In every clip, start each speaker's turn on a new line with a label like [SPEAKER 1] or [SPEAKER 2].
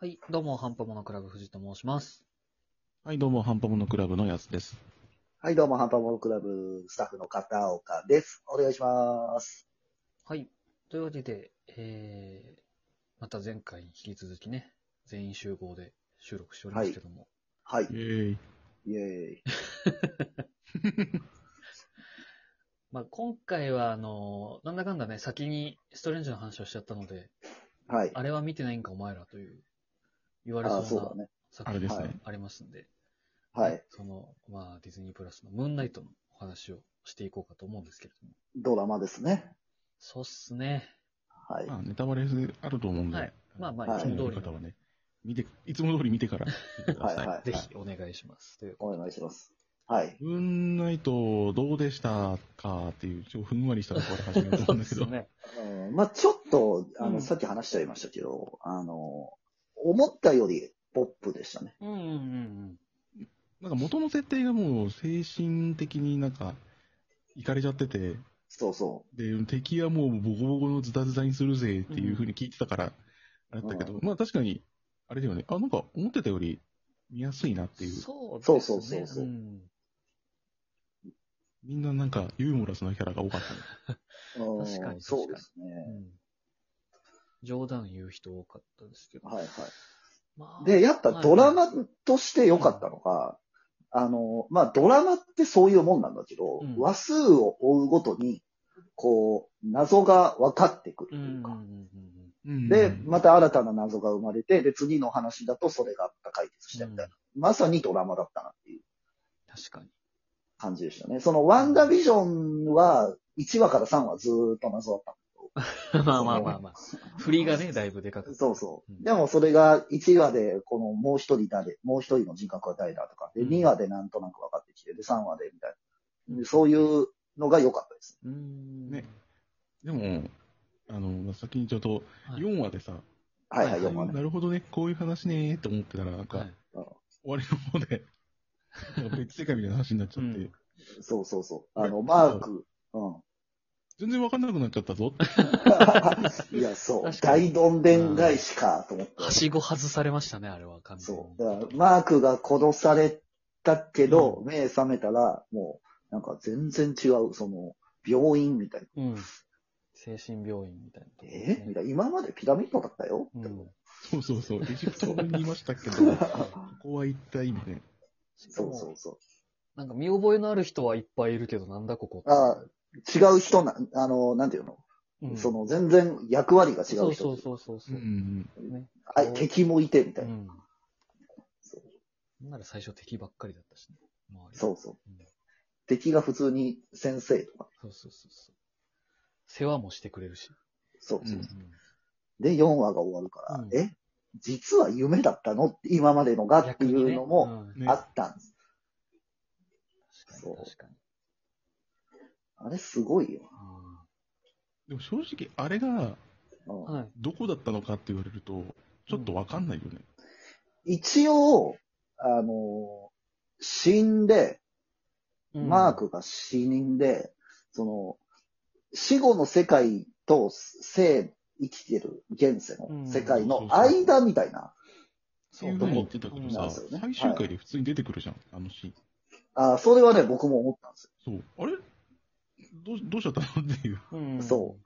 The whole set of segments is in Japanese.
[SPEAKER 1] はい、どうも、ハンパモノクラブ藤と申します。
[SPEAKER 2] はい、どうも、ハンパモノクラブのやつです。
[SPEAKER 3] はい、どうも、ハンパモノクラブスタッフの片岡です。お願いします。
[SPEAKER 1] はい、というわけで、えー、また前回に引き続きね、全員集合で収録しておりますけども、
[SPEAKER 3] はい、
[SPEAKER 2] イェーイ。
[SPEAKER 3] イェーイ。
[SPEAKER 1] まあ今回は、あの、なんだかんだね、先にストレンジの話をしちゃったので、
[SPEAKER 3] はい。
[SPEAKER 1] あれは見てないんかお前らという、言われ
[SPEAKER 3] あ
[SPEAKER 1] そ
[SPEAKER 3] あ、
[SPEAKER 1] う
[SPEAKER 3] そう
[SPEAKER 1] な
[SPEAKER 3] だね。
[SPEAKER 1] 作
[SPEAKER 2] あれ
[SPEAKER 1] 品
[SPEAKER 2] で
[SPEAKER 1] が
[SPEAKER 2] すね
[SPEAKER 1] ありますんで、
[SPEAKER 3] はい。
[SPEAKER 1] その、まあディズニープラスのムーンナイトのお話をしていこうかと思うんですけれども、
[SPEAKER 3] ドラマですね。
[SPEAKER 1] そうっすね。
[SPEAKER 3] はい。
[SPEAKER 2] まあ、ネタバレあると思うんで。
[SPEAKER 1] はいまあま
[SPEAKER 3] あ
[SPEAKER 2] いつもの
[SPEAKER 1] いつも通り
[SPEAKER 2] 方はね、見て、いつも通り見てから見てくだ
[SPEAKER 3] はい、
[SPEAKER 2] さい。
[SPEAKER 3] はい。
[SPEAKER 1] ぜ
[SPEAKER 3] はい
[SPEAKER 1] ひお願いします。という
[SPEAKER 3] お願いします。はい。
[SPEAKER 2] ムーンナイト、どうでしたかっていう、ちょっとふんわりしたところから始めようと思うんだけど。
[SPEAKER 1] ね。
[SPEAKER 3] うんまあちょっと、あ
[SPEAKER 1] うん
[SPEAKER 3] の、さっき話しちゃいましたけど、あの、思ったよりポップでしたね。
[SPEAKER 1] うんうんうん
[SPEAKER 2] なんか元の設定がもう精神的になんか、いかれちゃってて、
[SPEAKER 3] そうそ
[SPEAKER 2] で、敵はもうボコボコのズタズタにするぜっていうふうに聞いてたから、あれだったけど、まあ確かに、あれだよね、あ、なんか思ってたより見やすいなって
[SPEAKER 1] う
[SPEAKER 2] い
[SPEAKER 1] ん。
[SPEAKER 2] う。
[SPEAKER 1] そうです
[SPEAKER 3] そ
[SPEAKER 1] ね。
[SPEAKER 3] うそうそうそうん
[SPEAKER 2] みんななんかユーモラスなキャラが多かったね。
[SPEAKER 3] う。うん
[SPEAKER 1] 確かに
[SPEAKER 3] そうです
[SPEAKER 1] う
[SPEAKER 3] ね。
[SPEAKER 1] ん冗談言う人多かったですけど。
[SPEAKER 3] はい、はい。
[SPEAKER 1] まあ
[SPEAKER 3] で、やっぱドラマとして良かったのが、あの、まあ、ドラマってそういうもんなんだけど、
[SPEAKER 1] うん
[SPEAKER 3] 話数を追うごとに、こう、謎が分かってくると
[SPEAKER 1] うん
[SPEAKER 3] いう
[SPEAKER 1] うんう
[SPEAKER 3] か、
[SPEAKER 1] ん
[SPEAKER 2] うん
[SPEAKER 3] で、また新たな謎が生まれて、で、次の話だとそれが解決し
[SPEAKER 1] う
[SPEAKER 3] て
[SPEAKER 1] ん。
[SPEAKER 3] みたいな、まさにドラマだったなっていう
[SPEAKER 1] 確かに。
[SPEAKER 3] 感じでしたね。そのワンダービジョンは、1話から3話ずーっと謎だった。
[SPEAKER 1] まあまあまあまあ。振りがね、だいぶでかく
[SPEAKER 3] そうそうう。
[SPEAKER 1] ん
[SPEAKER 3] でもそれが1話で、このもう一人誰、もう一人の人格は誰だとか、で、
[SPEAKER 1] うん
[SPEAKER 3] 2話でなんとなく分かってきて、で、3話でみたいな。でそう
[SPEAKER 1] う。
[SPEAKER 3] いうのが良かったです。
[SPEAKER 1] うん。
[SPEAKER 2] ねでも、あの、先にちょっと、
[SPEAKER 1] はい
[SPEAKER 2] 4話でさ、
[SPEAKER 3] はいはい、
[SPEAKER 1] は
[SPEAKER 3] 4
[SPEAKER 1] い
[SPEAKER 3] 話
[SPEAKER 2] な
[SPEAKER 3] ね。
[SPEAKER 2] るほどね、こういう話ねーって思ってたら、なんか、
[SPEAKER 1] はい。
[SPEAKER 2] 終わりの方 で、なんか別世界みたいな話になっちゃって、
[SPEAKER 1] うん
[SPEAKER 3] そうそうそう。あの、マーク。 う
[SPEAKER 2] 全然わかんなくなっちゃったぞって。
[SPEAKER 3] ん。いや、そう
[SPEAKER 1] 確。かに
[SPEAKER 3] 大どんでん返しか、と思って。
[SPEAKER 1] はしご外されましたね、あれは完全に。
[SPEAKER 3] そう。だから、マークが殺されたけど、目覚めたら、もう、なんか全然違う、その、病院みたいな。
[SPEAKER 1] うん。精神病院みたいなところです
[SPEAKER 3] え
[SPEAKER 1] ね。
[SPEAKER 3] みたいな。今までピラミッドだったよ。
[SPEAKER 1] うん。
[SPEAKER 2] そうそうそう、エジプトにいましたけど、ここは一体みたいな。
[SPEAKER 1] しか
[SPEAKER 3] そう
[SPEAKER 1] も
[SPEAKER 3] そうそ
[SPEAKER 1] なんか見覚えのある人はいっぱいいるけど、なんだここって
[SPEAKER 3] う。あ違う人な、あの、なんていうの、
[SPEAKER 1] うん
[SPEAKER 3] その、全然役割が違
[SPEAKER 1] そ
[SPEAKER 3] う人。
[SPEAKER 1] うそうそうそうそうう。
[SPEAKER 2] ん。
[SPEAKER 3] あ敵もいて、みたいな。
[SPEAKER 1] うん。
[SPEAKER 3] そう
[SPEAKER 1] なんなら最初敵ばっかりだったしね。周り
[SPEAKER 3] そうそう
[SPEAKER 1] うん
[SPEAKER 3] 敵が普通に先生とか。
[SPEAKER 1] そうそうそうそう。世話もしてくれるし。
[SPEAKER 3] そうそう
[SPEAKER 2] うん
[SPEAKER 3] で、4話が終わるから、
[SPEAKER 1] うん
[SPEAKER 3] え実は夢だったのって今までのがって
[SPEAKER 1] 逆
[SPEAKER 3] い
[SPEAKER 1] にね
[SPEAKER 3] うのも
[SPEAKER 1] うん
[SPEAKER 2] ね
[SPEAKER 3] あったんです。
[SPEAKER 1] 確か
[SPEAKER 3] そう
[SPEAKER 1] に確かに。
[SPEAKER 3] あれすごいよ
[SPEAKER 2] でも正直、あれが
[SPEAKER 3] な、うん
[SPEAKER 1] うんはい。
[SPEAKER 2] どこだったのかって言われると、ちょっとわかんないよね。
[SPEAKER 3] 一応、あの、死んで、
[SPEAKER 1] うん
[SPEAKER 3] マー。クが死人で、その、死後の世界と生、生きてる現世
[SPEAKER 1] うん
[SPEAKER 3] の世界の間みたいな、
[SPEAKER 2] そういうふうに言ってたけど
[SPEAKER 3] そ
[SPEAKER 2] さ、
[SPEAKER 3] うそうそう
[SPEAKER 2] 最終回で普通に出てくるじゃん、あのシーン。
[SPEAKER 3] あそれはね、僕も思ったんですよ。
[SPEAKER 2] そう。あれどうどうしちゃったのって いう。
[SPEAKER 1] うん
[SPEAKER 3] そ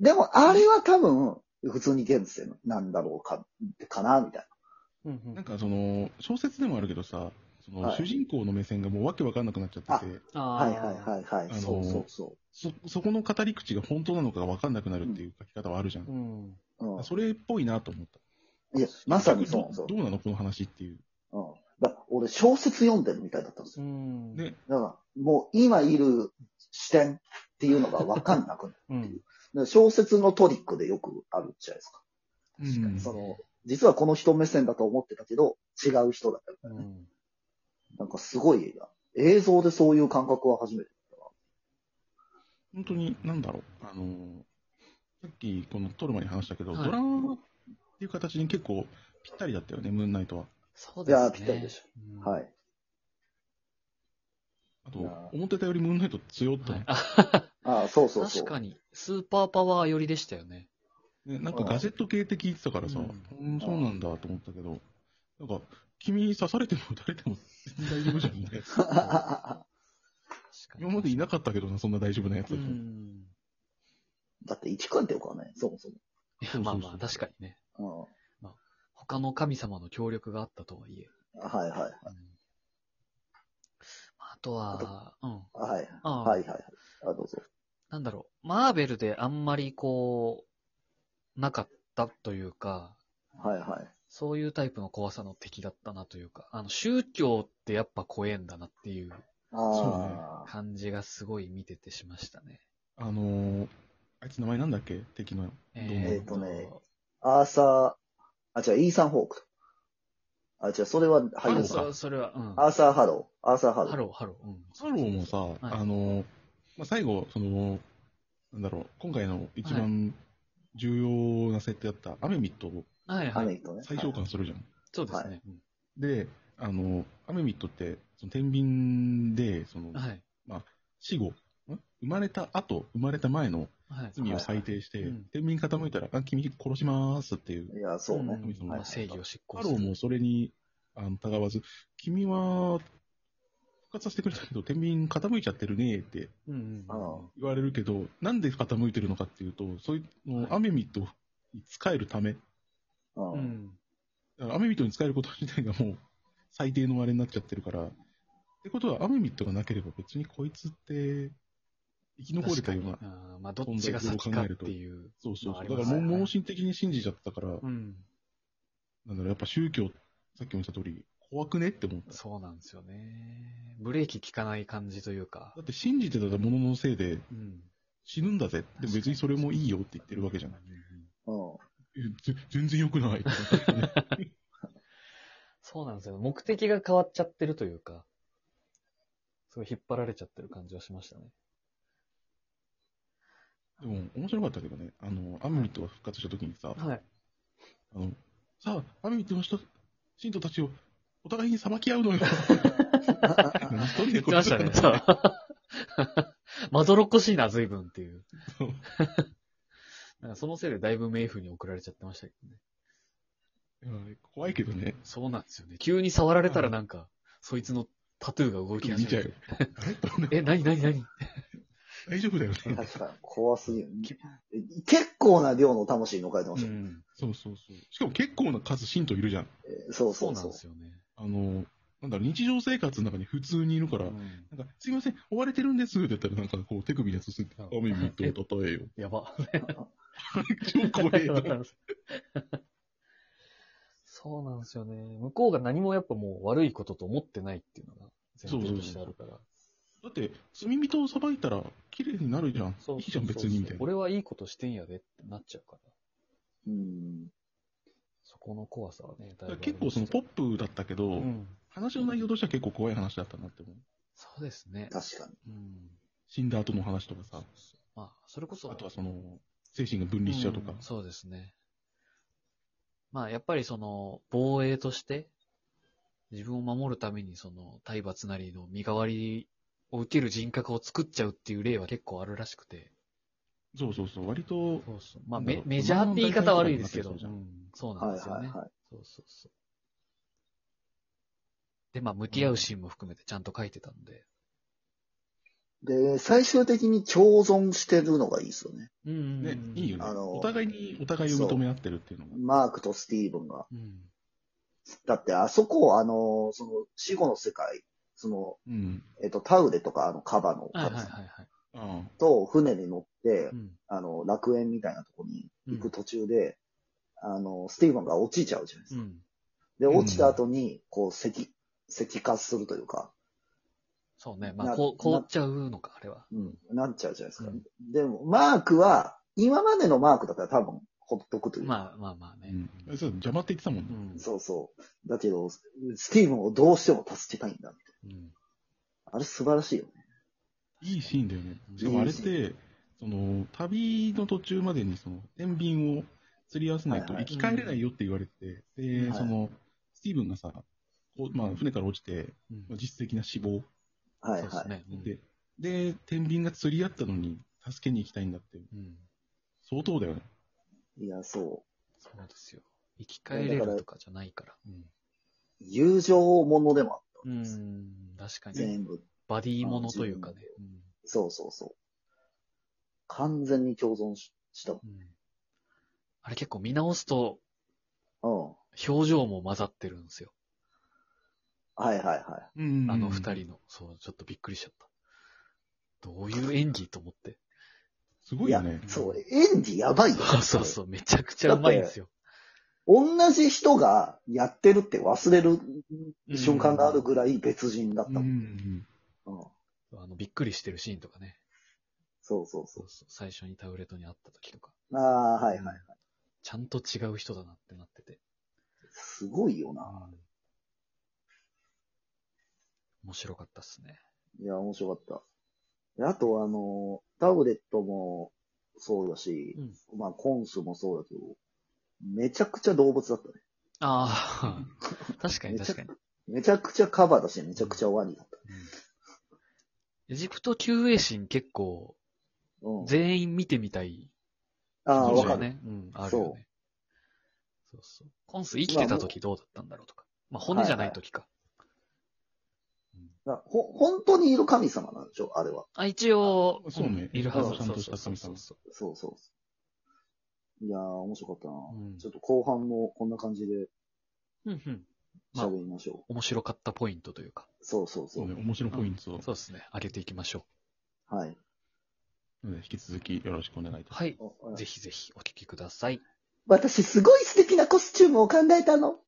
[SPEAKER 3] でも、あれは多分、普通に現世なんだろうか、かな、みたい
[SPEAKER 1] うん。うんうん
[SPEAKER 2] なんかその、小説でもあるけどさ、その
[SPEAKER 3] はい
[SPEAKER 2] 主人公の目線がもうわけわかんなくなっちゃってて、
[SPEAKER 3] な。
[SPEAKER 1] あ
[SPEAKER 3] は
[SPEAKER 1] ー
[SPEAKER 3] いはいは
[SPEAKER 2] あの
[SPEAKER 3] いはい。そうそうそ
[SPEAKER 2] そ、そこの語り口が本当なのかがわかんなくなるっていう書き方はあるじゃん。
[SPEAKER 1] うん。
[SPEAKER 3] う。うん
[SPEAKER 2] それっぽいなと思った。
[SPEAKER 3] いや、まさにそうなんです
[SPEAKER 2] ど
[SPEAKER 3] よ。
[SPEAKER 2] どうなのこの話っていう。
[SPEAKER 3] うん。だから俺、小説読んでるみたいだったんです
[SPEAKER 1] う
[SPEAKER 3] よ。
[SPEAKER 1] ん。
[SPEAKER 2] ね
[SPEAKER 3] だから、もう今いる視点っていうのがわかんなくなる。
[SPEAKER 1] うん。
[SPEAKER 3] だから小説のトリックでよくあるじゃないですか。
[SPEAKER 1] 確かに。
[SPEAKER 3] その、実はこの人目線だと思ってたけど、違う人だったみたいな
[SPEAKER 1] う
[SPEAKER 3] ね。
[SPEAKER 1] ん。
[SPEAKER 3] なんかすごい映画。映像でそういう感覚は初めて。
[SPEAKER 2] 本当に、なんだろう。あのーさっき、この撮る前に話したけど、
[SPEAKER 1] はい
[SPEAKER 2] ドラマっていう形に結構ぴったりだったよね、ムーンナイトは。
[SPEAKER 1] そうですね。
[SPEAKER 3] いやーぴったりでし
[SPEAKER 1] うん
[SPEAKER 3] は。い。
[SPEAKER 2] あと
[SPEAKER 3] いやー、
[SPEAKER 2] 思ってたよりムーンナイト強っと思
[SPEAKER 1] は
[SPEAKER 2] っ
[SPEAKER 1] い
[SPEAKER 2] た。
[SPEAKER 1] あ、
[SPEAKER 3] あそうそうそう。
[SPEAKER 1] 確かに、スーパーパワー寄りでしたよね。
[SPEAKER 2] ね、なんかガジェット系って聞いてたからさ、
[SPEAKER 1] う
[SPEAKER 2] うん、そうなんだと思ったけど、なんか、君刺されても打たれても大丈夫じゃ んね。
[SPEAKER 1] 確かに
[SPEAKER 2] 今までいなかったけどな、そんな大丈夫なや
[SPEAKER 1] う
[SPEAKER 2] つ。
[SPEAKER 1] ん。
[SPEAKER 3] だって一関係わかんない、そもそ
[SPEAKER 1] いや
[SPEAKER 2] そうそうそう
[SPEAKER 1] まあまあ、確かにね。
[SPEAKER 3] も。
[SPEAKER 1] 他の神様の協力があったとはいえ。
[SPEAKER 3] うん。はいはい。
[SPEAKER 1] うんあとは、うん。
[SPEAKER 3] はい。
[SPEAKER 1] あ
[SPEAKER 3] はいはいはい。あ、どうぞ。
[SPEAKER 1] なんだろう、マーベルであんまりこう、なかったというか、
[SPEAKER 3] はいはい。
[SPEAKER 1] そういうタイプの怖さの敵だったなというか、あの、宗教ってやっぱ怖えんだなっていう
[SPEAKER 2] そうね
[SPEAKER 3] ああ、
[SPEAKER 1] 感じがすごい見ててしましたね。
[SPEAKER 2] あのー、あいつ名前なんだっけ敵の。
[SPEAKER 3] えーとねアーサー、あ、違う、イーサン・ホーク。あ、違う、それは
[SPEAKER 1] ハロ
[SPEAKER 3] 俳優
[SPEAKER 1] ー
[SPEAKER 3] さん。
[SPEAKER 1] そそれは、うん。
[SPEAKER 3] アーサー・ハロー。アーサー・ハロー。
[SPEAKER 1] ハロー、ハロー、うん。
[SPEAKER 2] ハローもさ、
[SPEAKER 1] い
[SPEAKER 2] あのー、まあ、最後、その、なんだろう、今回の一番重要な設定だった、アメミットを
[SPEAKER 1] はい
[SPEAKER 3] ハ
[SPEAKER 1] は
[SPEAKER 3] メ
[SPEAKER 1] い。
[SPEAKER 3] イトね。
[SPEAKER 2] 再召喚するじゃん。
[SPEAKER 1] そうですね。
[SPEAKER 2] で、あのー、アメミットって、その天秤で、その
[SPEAKER 1] うん、はい。
[SPEAKER 2] 死後、ん生まれた後、生まれた前の
[SPEAKER 1] はい。
[SPEAKER 2] 罪を裁定して、
[SPEAKER 1] はいうん
[SPEAKER 2] 天秤傾いたら、あ、君殺しますっていう。
[SPEAKER 3] いや、そうね。
[SPEAKER 1] ん
[SPEAKER 2] はい
[SPEAKER 1] 正義を執行
[SPEAKER 2] ハ
[SPEAKER 1] す
[SPEAKER 2] ロー
[SPEAKER 1] る。
[SPEAKER 2] もそれに、あの、たがわず、君は、復活させてくれたけど、天秤傾いちゃってるねって
[SPEAKER 1] うんうん
[SPEAKER 3] あの
[SPEAKER 2] 言われるけど、なんで傾いてるのかっていうと、そういうの
[SPEAKER 1] はい
[SPEAKER 2] をアメミットに使えるため、
[SPEAKER 3] う。
[SPEAKER 1] うんうんん。
[SPEAKER 2] だからアメミットに使えること自体がもう、最低のあれになっちゃってるから、ってことは、アメミットがなければ別にこいつって、生き残れ
[SPEAKER 1] 確
[SPEAKER 2] た
[SPEAKER 1] か
[SPEAKER 2] よう
[SPEAKER 1] に
[SPEAKER 2] な。
[SPEAKER 1] うんまあ、どっちが先かっていう。
[SPEAKER 2] そうそう
[SPEAKER 1] まあ
[SPEAKER 2] そ
[SPEAKER 1] あり
[SPEAKER 2] う。だ
[SPEAKER 1] ま
[SPEAKER 2] から、
[SPEAKER 1] すね
[SPEAKER 2] もう盲信的に信じちゃったから、
[SPEAKER 1] うん。
[SPEAKER 2] なんだろう、やっぱ宗教、さっきも言った通り、怖くねって思った。
[SPEAKER 1] そうなんですよね。ブレーキ効かない感じというか。
[SPEAKER 2] だって信じてたもののせいで
[SPEAKER 1] うん。
[SPEAKER 2] 死ぬんだぜ。でも別にそれもいいよって言ってるわけじゃない。
[SPEAKER 1] うんうん
[SPEAKER 3] うん。
[SPEAKER 2] えぜ全然良く ないって思ったよね
[SPEAKER 1] そうなんですよ。目的が変わっちゃってるというか、すごい引っ張られちゃってる感じはしましたね。
[SPEAKER 2] でも面白かったけどね、あの、アメミットが復活した時にさ、
[SPEAKER 1] はい。
[SPEAKER 2] あの、さあ、アメミットの人、信徒たちをお互いに裁き合うの よ。何しとん
[SPEAKER 1] 言
[SPEAKER 2] ねん
[SPEAKER 1] ってま したね。
[SPEAKER 2] こいつ
[SPEAKER 1] そうまどろっこしいな、随分っていう
[SPEAKER 2] そう。
[SPEAKER 1] なんかそのせいでだいぶ冥府に送られちゃってましたけどね。
[SPEAKER 2] うん怖いけどね。
[SPEAKER 1] そうなんですよね。急に触られたらなんか、そいつのタトゥーが動き始
[SPEAKER 2] 見
[SPEAKER 1] め
[SPEAKER 2] ちゃう
[SPEAKER 1] て
[SPEAKER 2] よ。。あれと思って
[SPEAKER 1] え、なになになに
[SPEAKER 2] 大丈夫だよね。
[SPEAKER 3] 確かに、怖すぎる。結構な量の魂の書いてま
[SPEAKER 1] う
[SPEAKER 3] すよ。
[SPEAKER 1] ん。
[SPEAKER 2] そうそうそう。しかも結構な数信徒いるじゃん。
[SPEAKER 3] えーそう
[SPEAKER 1] そ
[SPEAKER 3] そうう
[SPEAKER 1] なん
[SPEAKER 3] そう
[SPEAKER 1] で。すよね。
[SPEAKER 2] あの、なんだろう、日常生活の中に普通にいるから、
[SPEAKER 1] うん
[SPEAKER 2] なんか、すいません、追われてるんですって言ったら、なんかこう手首にすすって、
[SPEAKER 1] うん
[SPEAKER 2] アメミットをたたえよ。
[SPEAKER 1] やば。
[SPEAKER 2] 超怖えよ。
[SPEAKER 1] そうなんですよね。向こうが何もやっぱもう悪いことと思ってないっていうのが前提としてあるから。
[SPEAKER 2] だって、罪人をさばいたら、綺麗になるじゃん。いいじゃん、別に、みたいな。
[SPEAKER 1] 俺はいいことしてんやでってなっちゃうから。
[SPEAKER 3] うん。
[SPEAKER 1] そこの怖さはね、だい
[SPEAKER 2] だ
[SPEAKER 1] ぶ
[SPEAKER 2] か
[SPEAKER 1] あ
[SPEAKER 2] ら
[SPEAKER 1] りました
[SPEAKER 2] 結構そのポップだったけど、
[SPEAKER 1] うん。
[SPEAKER 2] 話の内容としては結構怖い話だったなって思う。
[SPEAKER 1] そうですね。
[SPEAKER 3] 確かに。
[SPEAKER 1] うん。
[SPEAKER 2] 死んだ後の話とかさ、
[SPEAKER 1] まあ、それこそ。
[SPEAKER 2] あとはその、精神が分離しちゃうとか
[SPEAKER 1] ん。そうですね。まあ、やっぱりその、防衛として、自分を守るために、その、体罰なりの身代わりを受ける人格を作っちゃうっていう例は結構あるらしくて。
[SPEAKER 2] そうそうそう、割と、
[SPEAKER 1] そうそう。まあ、
[SPEAKER 2] なんだ
[SPEAKER 1] メ
[SPEAKER 2] ろう
[SPEAKER 1] メジャーって言い方悪いですけど、
[SPEAKER 2] 漫画の題材とかに
[SPEAKER 1] うんそうなん
[SPEAKER 3] は
[SPEAKER 1] で
[SPEAKER 3] い
[SPEAKER 1] すよ
[SPEAKER 3] はい
[SPEAKER 1] ね。
[SPEAKER 3] はい。
[SPEAKER 1] そうそうそう。で、まあ、向き合うシーンも含めてちゃんと書いてたんで。
[SPEAKER 3] で、最終的に共存してるのがいいですよね。
[SPEAKER 1] うんうんう
[SPEAKER 2] ね
[SPEAKER 1] ん、
[SPEAKER 2] いいよ
[SPEAKER 3] あ
[SPEAKER 2] ね。
[SPEAKER 3] の
[SPEAKER 2] お互いに、お互いを認め合ってるっていうのが。
[SPEAKER 3] マークとスティーブンが。
[SPEAKER 1] うん。
[SPEAKER 3] だって、あそこ、あの、その、死後の世界、その、
[SPEAKER 2] うん。
[SPEAKER 3] えっと、タウレとか、あの、カバ
[SPEAKER 1] は
[SPEAKER 3] の、
[SPEAKER 1] いはいはいはい。
[SPEAKER 2] あ
[SPEAKER 3] と、船に乗って
[SPEAKER 1] う、ん。
[SPEAKER 3] あの、楽園みたいなとこに行
[SPEAKER 1] う
[SPEAKER 3] く
[SPEAKER 1] ん
[SPEAKER 3] 途中で、あの、スティーブンが落ちちゃうじゃないです
[SPEAKER 1] う
[SPEAKER 3] か。
[SPEAKER 1] ん。
[SPEAKER 3] で、
[SPEAKER 2] うん
[SPEAKER 3] 落ちた後に、こう、石、石化するというか、
[SPEAKER 1] そうね。まあ、
[SPEAKER 3] な
[SPEAKER 1] こう、凍
[SPEAKER 3] な
[SPEAKER 1] っちゃうのか、あれは。
[SPEAKER 3] うん、なっちゃうじゃないですか。
[SPEAKER 1] うん
[SPEAKER 3] でも、マークは、今までのマークだったら多分、ほっとくというか、
[SPEAKER 1] まあまあまあ
[SPEAKER 2] あ。
[SPEAKER 1] ね。
[SPEAKER 2] うん。そう、邪魔って言ってたもんね。
[SPEAKER 1] うん
[SPEAKER 3] そうそう。だけど、スティーブンをどうしても助けたいんだ。
[SPEAKER 1] うん
[SPEAKER 3] あれ素晴らしいよね。
[SPEAKER 2] いいシーンだよね。
[SPEAKER 1] うん
[SPEAKER 2] しかもあれって、その、旅の途中までに、その、天秤を釣り合わせないと
[SPEAKER 3] はいは
[SPEAKER 2] 生
[SPEAKER 3] い
[SPEAKER 2] き返れないよって言われて、
[SPEAKER 1] うん
[SPEAKER 2] で、
[SPEAKER 3] はい
[SPEAKER 2] その、スティーブンがさ、こうまあ、船から落ちて、
[SPEAKER 1] うん
[SPEAKER 2] まあ実質的な死亡
[SPEAKER 3] はい
[SPEAKER 1] そうで
[SPEAKER 3] は
[SPEAKER 1] す
[SPEAKER 3] い。
[SPEAKER 1] ね。うん
[SPEAKER 2] で、で、天秤が釣り合ったのに、助けに行きたいんだって、
[SPEAKER 1] うん
[SPEAKER 2] 相当だよね。
[SPEAKER 3] いや、そう。
[SPEAKER 1] そうですよ。生き返れるとかじゃないから。
[SPEAKER 3] 友情ものでもあっ
[SPEAKER 1] うん。うん、確か
[SPEAKER 3] た。
[SPEAKER 1] に。
[SPEAKER 3] 全部。
[SPEAKER 1] バディものというかね。
[SPEAKER 3] そうそうそう。完全に共存しした。うん。
[SPEAKER 1] うんうんあれ結構見直すと、表情も混ざってるんですよ。
[SPEAKER 3] はいはいは
[SPEAKER 2] うん
[SPEAKER 1] あの二。人の。そう、ちょっとびっくりしちゃった。どういう演技と思って。
[SPEAKER 2] す
[SPEAKER 3] い。
[SPEAKER 2] ごいよね
[SPEAKER 3] や、。そう、演技やばいよ。
[SPEAKER 1] そうそうそう、めちゃくちゃうまいんですよ。
[SPEAKER 3] 同じ人がやってるって忘れる瞬間があるぐらい別人だった
[SPEAKER 2] う
[SPEAKER 3] もん。
[SPEAKER 2] ん。
[SPEAKER 3] うん。
[SPEAKER 1] あの、びっくりしてるシーンとかね。
[SPEAKER 3] そうそう
[SPEAKER 1] そうそう、最初にタウレットに会った時とか。
[SPEAKER 3] そう。ああ、はいはい。
[SPEAKER 1] ちゃんと違う人だなってなってて。
[SPEAKER 3] すごいよな。
[SPEAKER 1] 面白かったっすね。
[SPEAKER 3] いや、面白かった。であと、あの、タブレットもそうだし、まあ、コンスもそうだけど、めちゃくちゃ動物だったね。
[SPEAKER 1] ああ、 確かに確かに。
[SPEAKER 3] めちゃくちゃカバーだし、めちゃくちゃワニだった。
[SPEAKER 1] エジプト救衛神結構、
[SPEAKER 3] うん。
[SPEAKER 1] 全員見てみたい。
[SPEAKER 3] ああ、
[SPEAKER 1] そうだ
[SPEAKER 3] わか
[SPEAKER 1] よ
[SPEAKER 3] る。
[SPEAKER 1] ね。うん、あるよね。そうそう。コンス生きてた時どうだったんだろうとか。まあ、骨じゃない時か。
[SPEAKER 3] だほ本当にいる神様なんでしょあれは。
[SPEAKER 1] あ、一応、
[SPEAKER 2] そうね
[SPEAKER 1] んいるはず。
[SPEAKER 2] ちゃんとした神様
[SPEAKER 1] そうそうそう
[SPEAKER 3] そうそう。いやー、面白かったな、
[SPEAKER 1] うん
[SPEAKER 3] ちょっと後半もこんな感じで
[SPEAKER 1] そう。うんうん。まあ
[SPEAKER 3] 喋りましょう。
[SPEAKER 1] 面白かったポイントというか。
[SPEAKER 3] そうそうそ
[SPEAKER 2] そう
[SPEAKER 3] う。
[SPEAKER 2] ね、面白いポイントを
[SPEAKER 1] そうですね。上げていきましょ
[SPEAKER 3] はい。
[SPEAKER 2] 引き続きよろしくお願いい
[SPEAKER 1] う。
[SPEAKER 2] たします。
[SPEAKER 1] はい。
[SPEAKER 3] お
[SPEAKER 1] ぜひぜひお聞きください。
[SPEAKER 3] 私すごい素敵なコスチュームを考えたの。